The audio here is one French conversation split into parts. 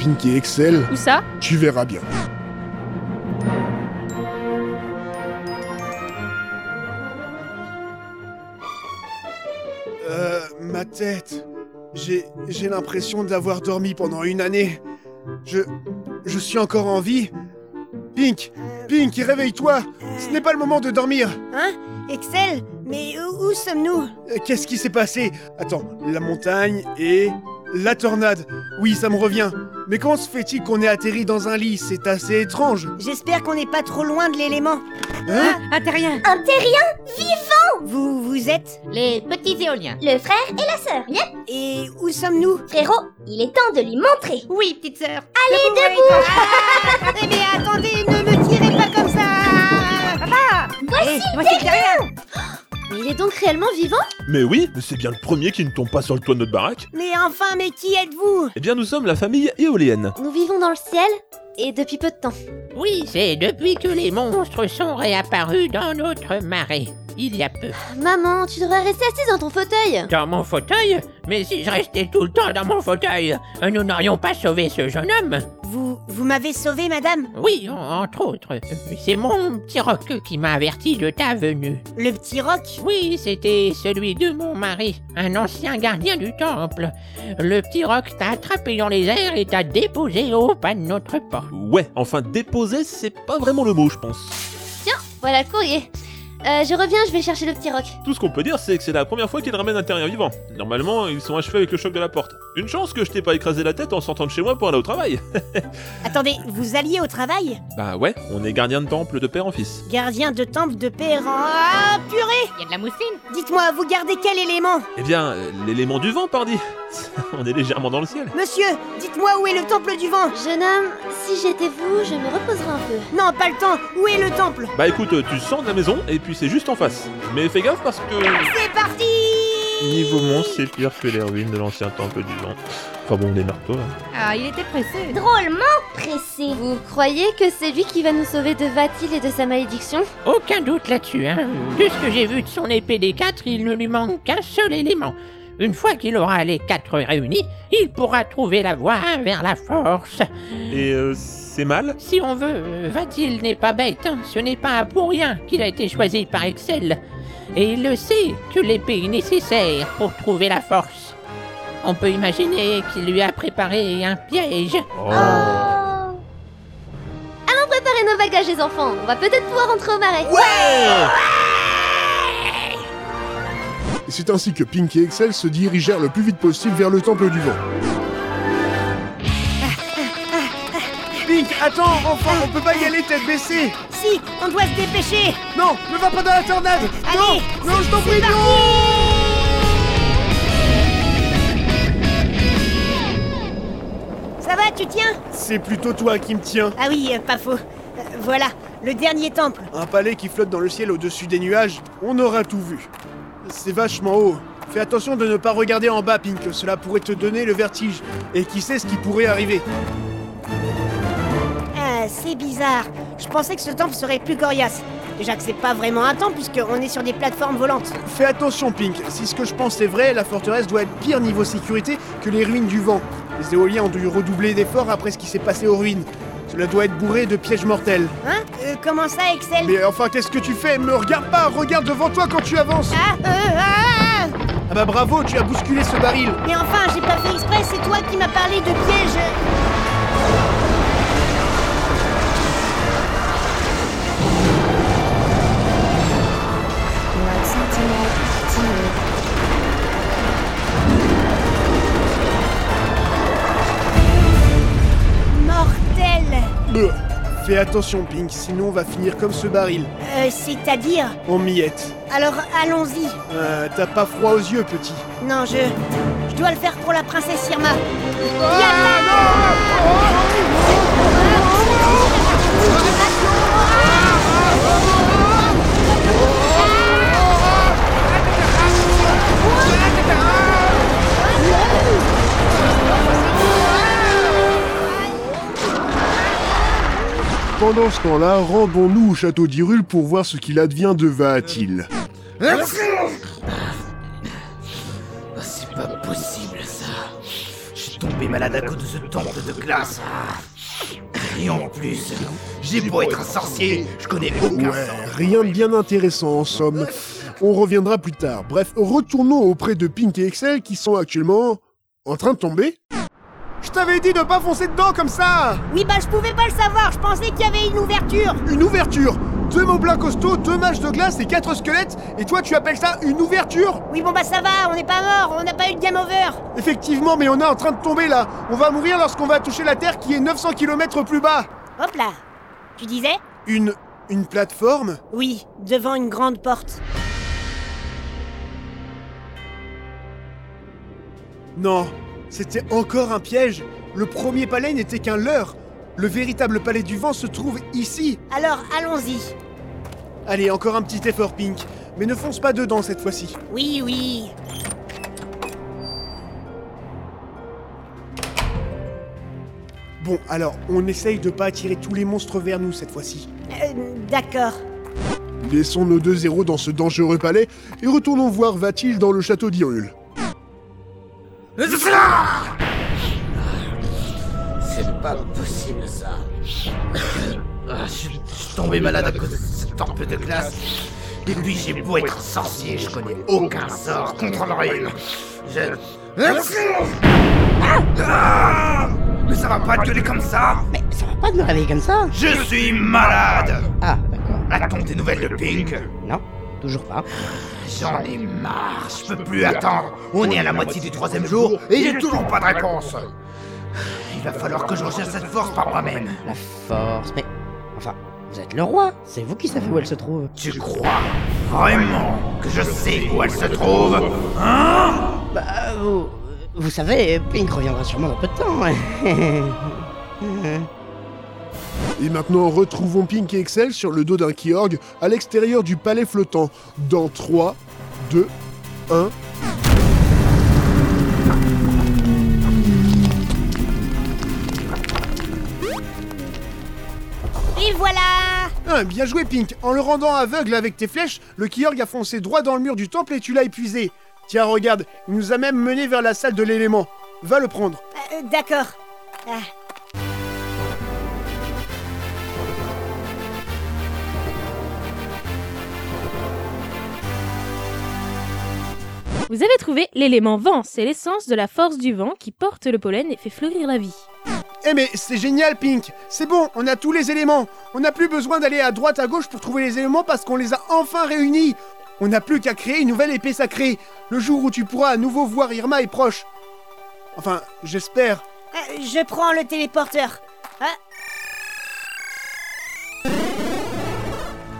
dossier Excel, Où ça tu verras bien. Euh, ma tête. J'ai, j'ai l'impression d'avoir dormi pendant une année. Je, je suis encore en vie. Pink, Pink, réveille-toi. Ce n'est pas le moment de dormir. Excel Mais où, où sommes-nous Euh, Qu'est-ce qui s'est passé Attends, la montagne et la tornade. Oui, ça me revient. Mais comment se fait-il qu'on ait atterri dans un lit C'est assez étrange. J'espère qu'on n'est pas trop loin de l'élément. Hein ah, Terrien Un terrien, Vous, vous êtes Les petits éoliens. le frère et la sœur. Yep, Et où sommes-nous frérot, il est temps de lui montrer. Oui, petite sœur. Allez, debout Ah, Mais attendez, ne me tirez pas comme ça Papa Voici Eh, voici le Terrien Mais il est donc réellement vivant Mais oui, c'est bien le premier qui ne tombe pas sur le toit de notre baraque. Mais enfin, mais qui êtes-vous Eh bien, nous sommes la famille éolienne. Nous vivons dans le ciel et depuis peu de temps. Oui, c'est depuis que les monstres sont réapparus dans notre marée. Il y a peu. Ah, Maman, tu devrais rester assise dans ton fauteuil. Dans mon fauteuil Mais si je restais tout le temps dans mon fauteuil, euh, nous n'aurions pas sauvé ce jeune homme. Vous, vous m'avez sauvé, madame Oui, en- entre autres. Euh, C'est mon petit roc qui m'a averti de ta venue. Le petit roc Oui, c'était celui de mon mari, un ancien gardien du temple. Le petit roc t'a attrapé dans les airs et t'a déposé au pas de notre porte. Ouais, enfin, déposer, c'est pas vraiment le mot, je pense. Tiens, voilà le courrier. Euh, je reviens, je vais chercher le petit roc. Tout ce qu'on peut dire, c'est que c'est la première fois qu'ils ramènent un terrien vivant. Normalement, ils sont achevés avec le choc de la porte. Une chance que je t'ai pas écrasé la tête en sortant de chez moi pour aller au travail. Attendez, vous alliez au travail Bah ouais, on est gardien de temple de père en fils. Gardien de temple de Péran... Ah, purée Il y a de la mousseline. Dites-moi, vous gardez quel élément Eh bien, euh, l'élément du vent, pardi. on est légèrement dans le ciel. Monsieur, dites-moi où est le temple du vent Jeune homme, si j'étais vous, je me reposerais un peu. Non, pas le temps Où est le temple Bah écoute, euh, tu sens de la maison et puis c'est juste en face. Mais fais gaffe parce que... C'est parti Niveau monstre, c'est pire que les ruines de l'ancien temple du vent. Enfin bon, les marteaux là. hein. Ah, il était pressé. Drôlement pressé. Vous croyez que c'est lui qui va nous sauver de Vatil et de sa malédiction Aucun doute là-dessus, hein. De ce que j'ai vu de son épée des quatre, il ne lui manque qu'un seul élément. Une fois qu'il aura les quatre réunis, il pourra trouver la voie vers la force. Et euh, c'est mal Si on veut, euh, Vatil n'est pas bête, hein. ce n'est pas pour rien qu'il a été choisi par Excel. Et il le sait que l'épée est nécessaire pour trouver la force. On peut imaginer qu'il lui a préparé un piège. Oh. Allons préparer nos bagages, les enfants. On va peut-être pouvoir rentrer au marais. C'est ainsi que Pink et Excel se dirigèrent le plus vite possible vers le temple du vent. Pink, attends, enfant, on peut pas y aller tête baissée Si, on doit se dépêcher Non, ne va pas dans la tornade Allez, Non, non, je t'en prie, non Ça va, tu tiens C'est plutôt toi qui me tiens. Ah oui, euh, pas faux. Euh, voilà, le dernier temple. Un palais qui flotte dans le ciel au-dessus des nuages, on aura tout vu. C'est vachement haut. Fais attention de ne pas regarder en bas, Pink, cela pourrait te donner le vertige. Et qui sait ce qui pourrait arriver Ah, c'est bizarre. Je pensais que ce temple serait plus coriace. Déjà que c'est pas vraiment un temple puisqu'on est sur des plateformes volantes. Fais attention, Pink. Si ce que je pense est vrai, la forteresse doit être pire niveau sécurité que les ruines du vent. Les éoliens ont dû redoubler d'efforts après ce qui s'est passé aux ruines. Cela doit être bourré de pièges mortels. Hein Euh, Comment ça, Excel Mais enfin, qu'est-ce que tu fais Me regarde pas Regarde devant toi quand tu avances Ah, euh, ah Ah bah bravo, tu as bousculé ce baril Mais enfin, j'ai pas fait exprès, c'est toi qui m'as parlé de piège. Mortel Bleu. Fais attention, Pink, sinon on va finir comme ce baril, Euh, c'est-à-dire en miettes. Alors allons-y. Euh, T'as pas froid aux yeux, petit. Non, je. Je dois le faire pour la princesse Irma. Pendant ce temps-là, rendons-nous au château d'Irul pour voir ce qu'il advient de Vaatil. C'est pas possible ça. Je tombé malade à cause de ce temple de glace. Et en plus, j'ai beau être un sorcier, je connais aucun Ouais, sens. rien de bien intéressant en somme. On reviendra plus tard. Bref, retournons auprès de Pink et Excel qui sont actuellement en train de tomber. Je t'avais dit de pas foncer dedans comme ça Oui, bah je pouvais pas le savoir, je pensais qu'il y avait une ouverture Une ouverture Deux mots blancs costauds, deux mâches de glace et quatre squelettes, et toi tu appelles ça une ouverture Oui, bon bah ça va, on n'est pas mort, on n'a pas eu de game over Effectivement, mais on est en train de tomber là On va mourir lorsqu'on va toucher la Terre qui est 900 km plus bas Hop là Tu disais Une... une plateforme Oui, devant une grande porte. Non, c'était encore un piège Le premier palais n'était qu'un leurre Le véritable palais du vent se trouve ici Alors allons-y. Allez, encore un petit effort, Pink. Mais ne fonce pas dedans cette fois-ci. Oui, oui. Bon, alors, on essaye de pas attirer tous les monstres vers nous cette fois-ci. Euh, D'accord. Laissons nos deux héros dans ce dangereux palais et retournons voir va-t-il dans le château d'Irul. C'est pas possible ça. Ah, Je suis tombé malade à cause de ce temple de glace. Et puis j'ai beau être un sorcier, je connais aucun sort, contrôle rien. Je. Ah Mais ça va pas gueuler comme ça Mais ça va pas de me réveiller comme ça Je suis malade Ah, d'accord. Attends des nouvelles de Pink Non, toujours pas. J'en ai marre, je peux plus attendre. On est à la moitié du troisième jour et j'ai toujours pas de réponse. Il va falloir que je recherche cette force par moi-même. La force, mais... Enfin, vous êtes le roi C'est vous qui savez où elle se trouve Tu crois vraiment que je sais où elle se trouve Bah, vous... Vous savez, Pink reviendra sûrement dans peu de temps. Et maintenant, retrouvons Pink et Excel sur le dos d'un Kiorg à l'extérieur du palais flottant. Dans 3, 2, 1. Et voilà Ah, bien joué, Pink. En le rendant aveugle avec tes flèches, le Kiorg a foncé droit dans le mur du temple et tu l'as épuisé. Tiens, regarde, il nous a même mené vers la salle de l'élément. Va le prendre. Euh, D'accord. Ah. Vous avez trouvé l'élément vent, c'est l'essence de la force du vent qui porte le pollen et fait fleurir la vie. Eh mais c'est génial Pink C'est bon, on a tous les éléments On n'a plus besoin d'aller à droite à gauche pour trouver les éléments parce qu'on les a enfin réunis On n'a plus qu'à créer une nouvelle épée sacrée Le jour où tu pourras à nouveau voir Irma est proche Enfin, j'espère Euh, je prends le téléporteur. Euh,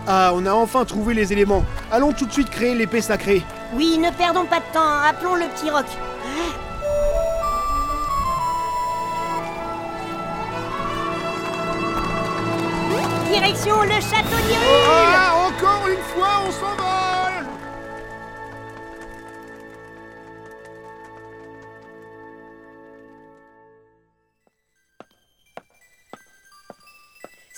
Ah, on a enfin trouvé les éléments Allons tout de suite créer l'épée sacrée Oui, ne perdons pas de temps, hein. appelons le petit roc. Hein Direction le château d'Irul Ah, encore une fois, on s'envole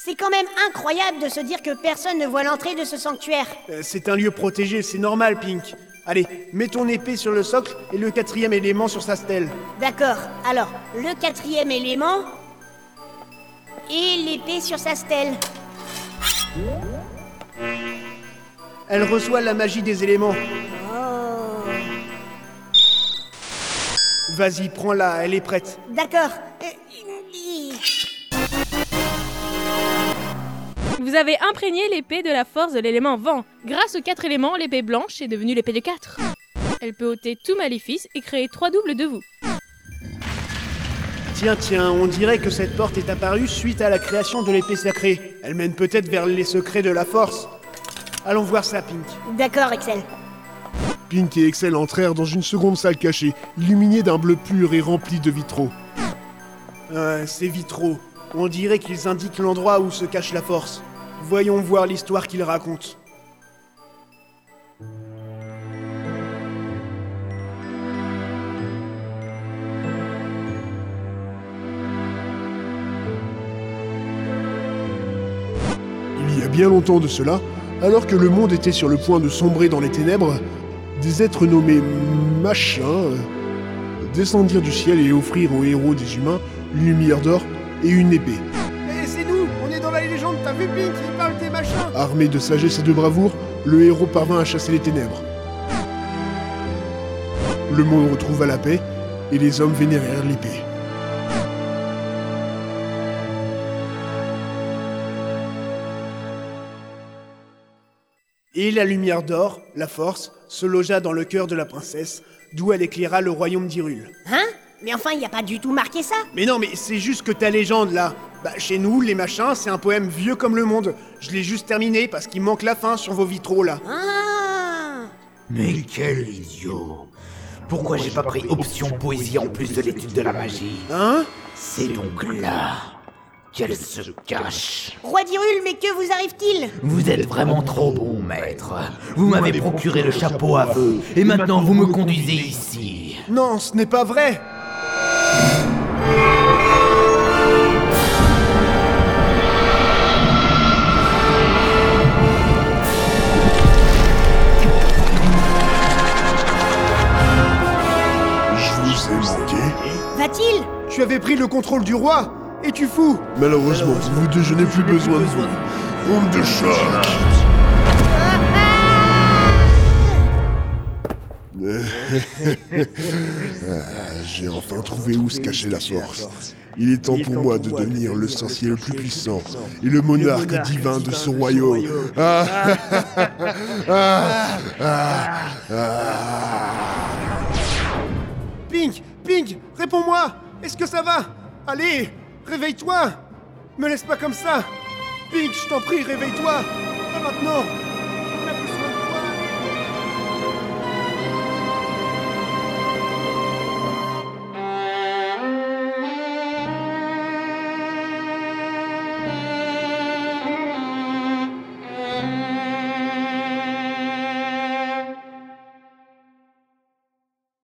C'est quand même incroyable de se dire que personne ne voit l'entrée de ce sanctuaire. Euh, C'est un lieu protégé, c'est normal Pink Allez, mets ton épée sur le socle et le quatrième élément sur sa stèle. D'accord, alors, le quatrième élément. Et l'épée sur sa stèle. Elle reçoit la magie des éléments. Vas-y, prends-la, elle est prête. D'accord. Euh, Vous avez imprégné l'épée de la force de l'élément vent. Grâce aux quatre éléments, l'épée blanche est devenue l'épée de quatre. Elle peut ôter tout maléfice et créer trois doubles de vous. Tiens, tiens, on dirait que cette porte est apparue suite à la création de l'épée sacrée. Elle mène peut-être vers les secrets de la force. Allons voir ça, Pink. D'accord, Excel. Pink et Excel entrèrent dans une seconde salle cachée, illuminée d'un bleu pur et remplie de vitraux. Euh, ces vitraux, on dirait qu'ils indiquent l'endroit où se cache la force. Voyons voir l'histoire qu'ils racontent. Il y a bien longtemps de cela, alors que le monde était sur le point de sombrer dans les ténèbres, des êtres nommés machins euh, descendirent du ciel et offrirent aux héros des humains une lumière d'or et une épée. Eh, c'est nous On est dans la légende, t'as vu Pink Il parle des machins Armé de sagesse et de bravoure, le héros parvint à chasser les ténèbres. Le monde retrouva la paix et les hommes vénérèrent l'épée. Et la lumière d'or, la force, se logea dans le cœur de la princesse, d'où elle éclaira le royaume d'Irule. Hein Mais enfin, il n'y a pas du tout marqué ça Mais non, mais c'est juste que ta légende là. Bah, chez nous, les machins, c'est un poème vieux comme le monde. Je l'ai juste terminé parce qu'il manque la fin sur vos vitraux là. Ah Mais quel idiot Pourquoi j'ai pas pris option poésie en plus de l'étude de la magie Hein C'est donc là qu'elle se cache. Roi d'Irule, mais que vous arrive-t-il Vous êtes vraiment trop bon, maître. Vous m'avez procuré le chapeau à feu, et maintenant vous me conduisez ici. Non, ce n'est pas vrai Je vous ai manqué. Va-t-il Tu avais pris le contrôle du roi Et tu fous Malheureusement, vous deux, je n'ai plus besoin de vous. Homme de choc Ah, J'ai enfin trouvé où se cacher la force. Il est temps pour moi de devenir le sorcier le plus puissant et le monarque divin de ce royaume. Ah, ah, ah, ah. Pink Pink Réponds-moi Est-ce que ça va Allez Réveille-toi Me laisse pas comme ça Pink, je t'en prie, réveille-toi Pas maintenant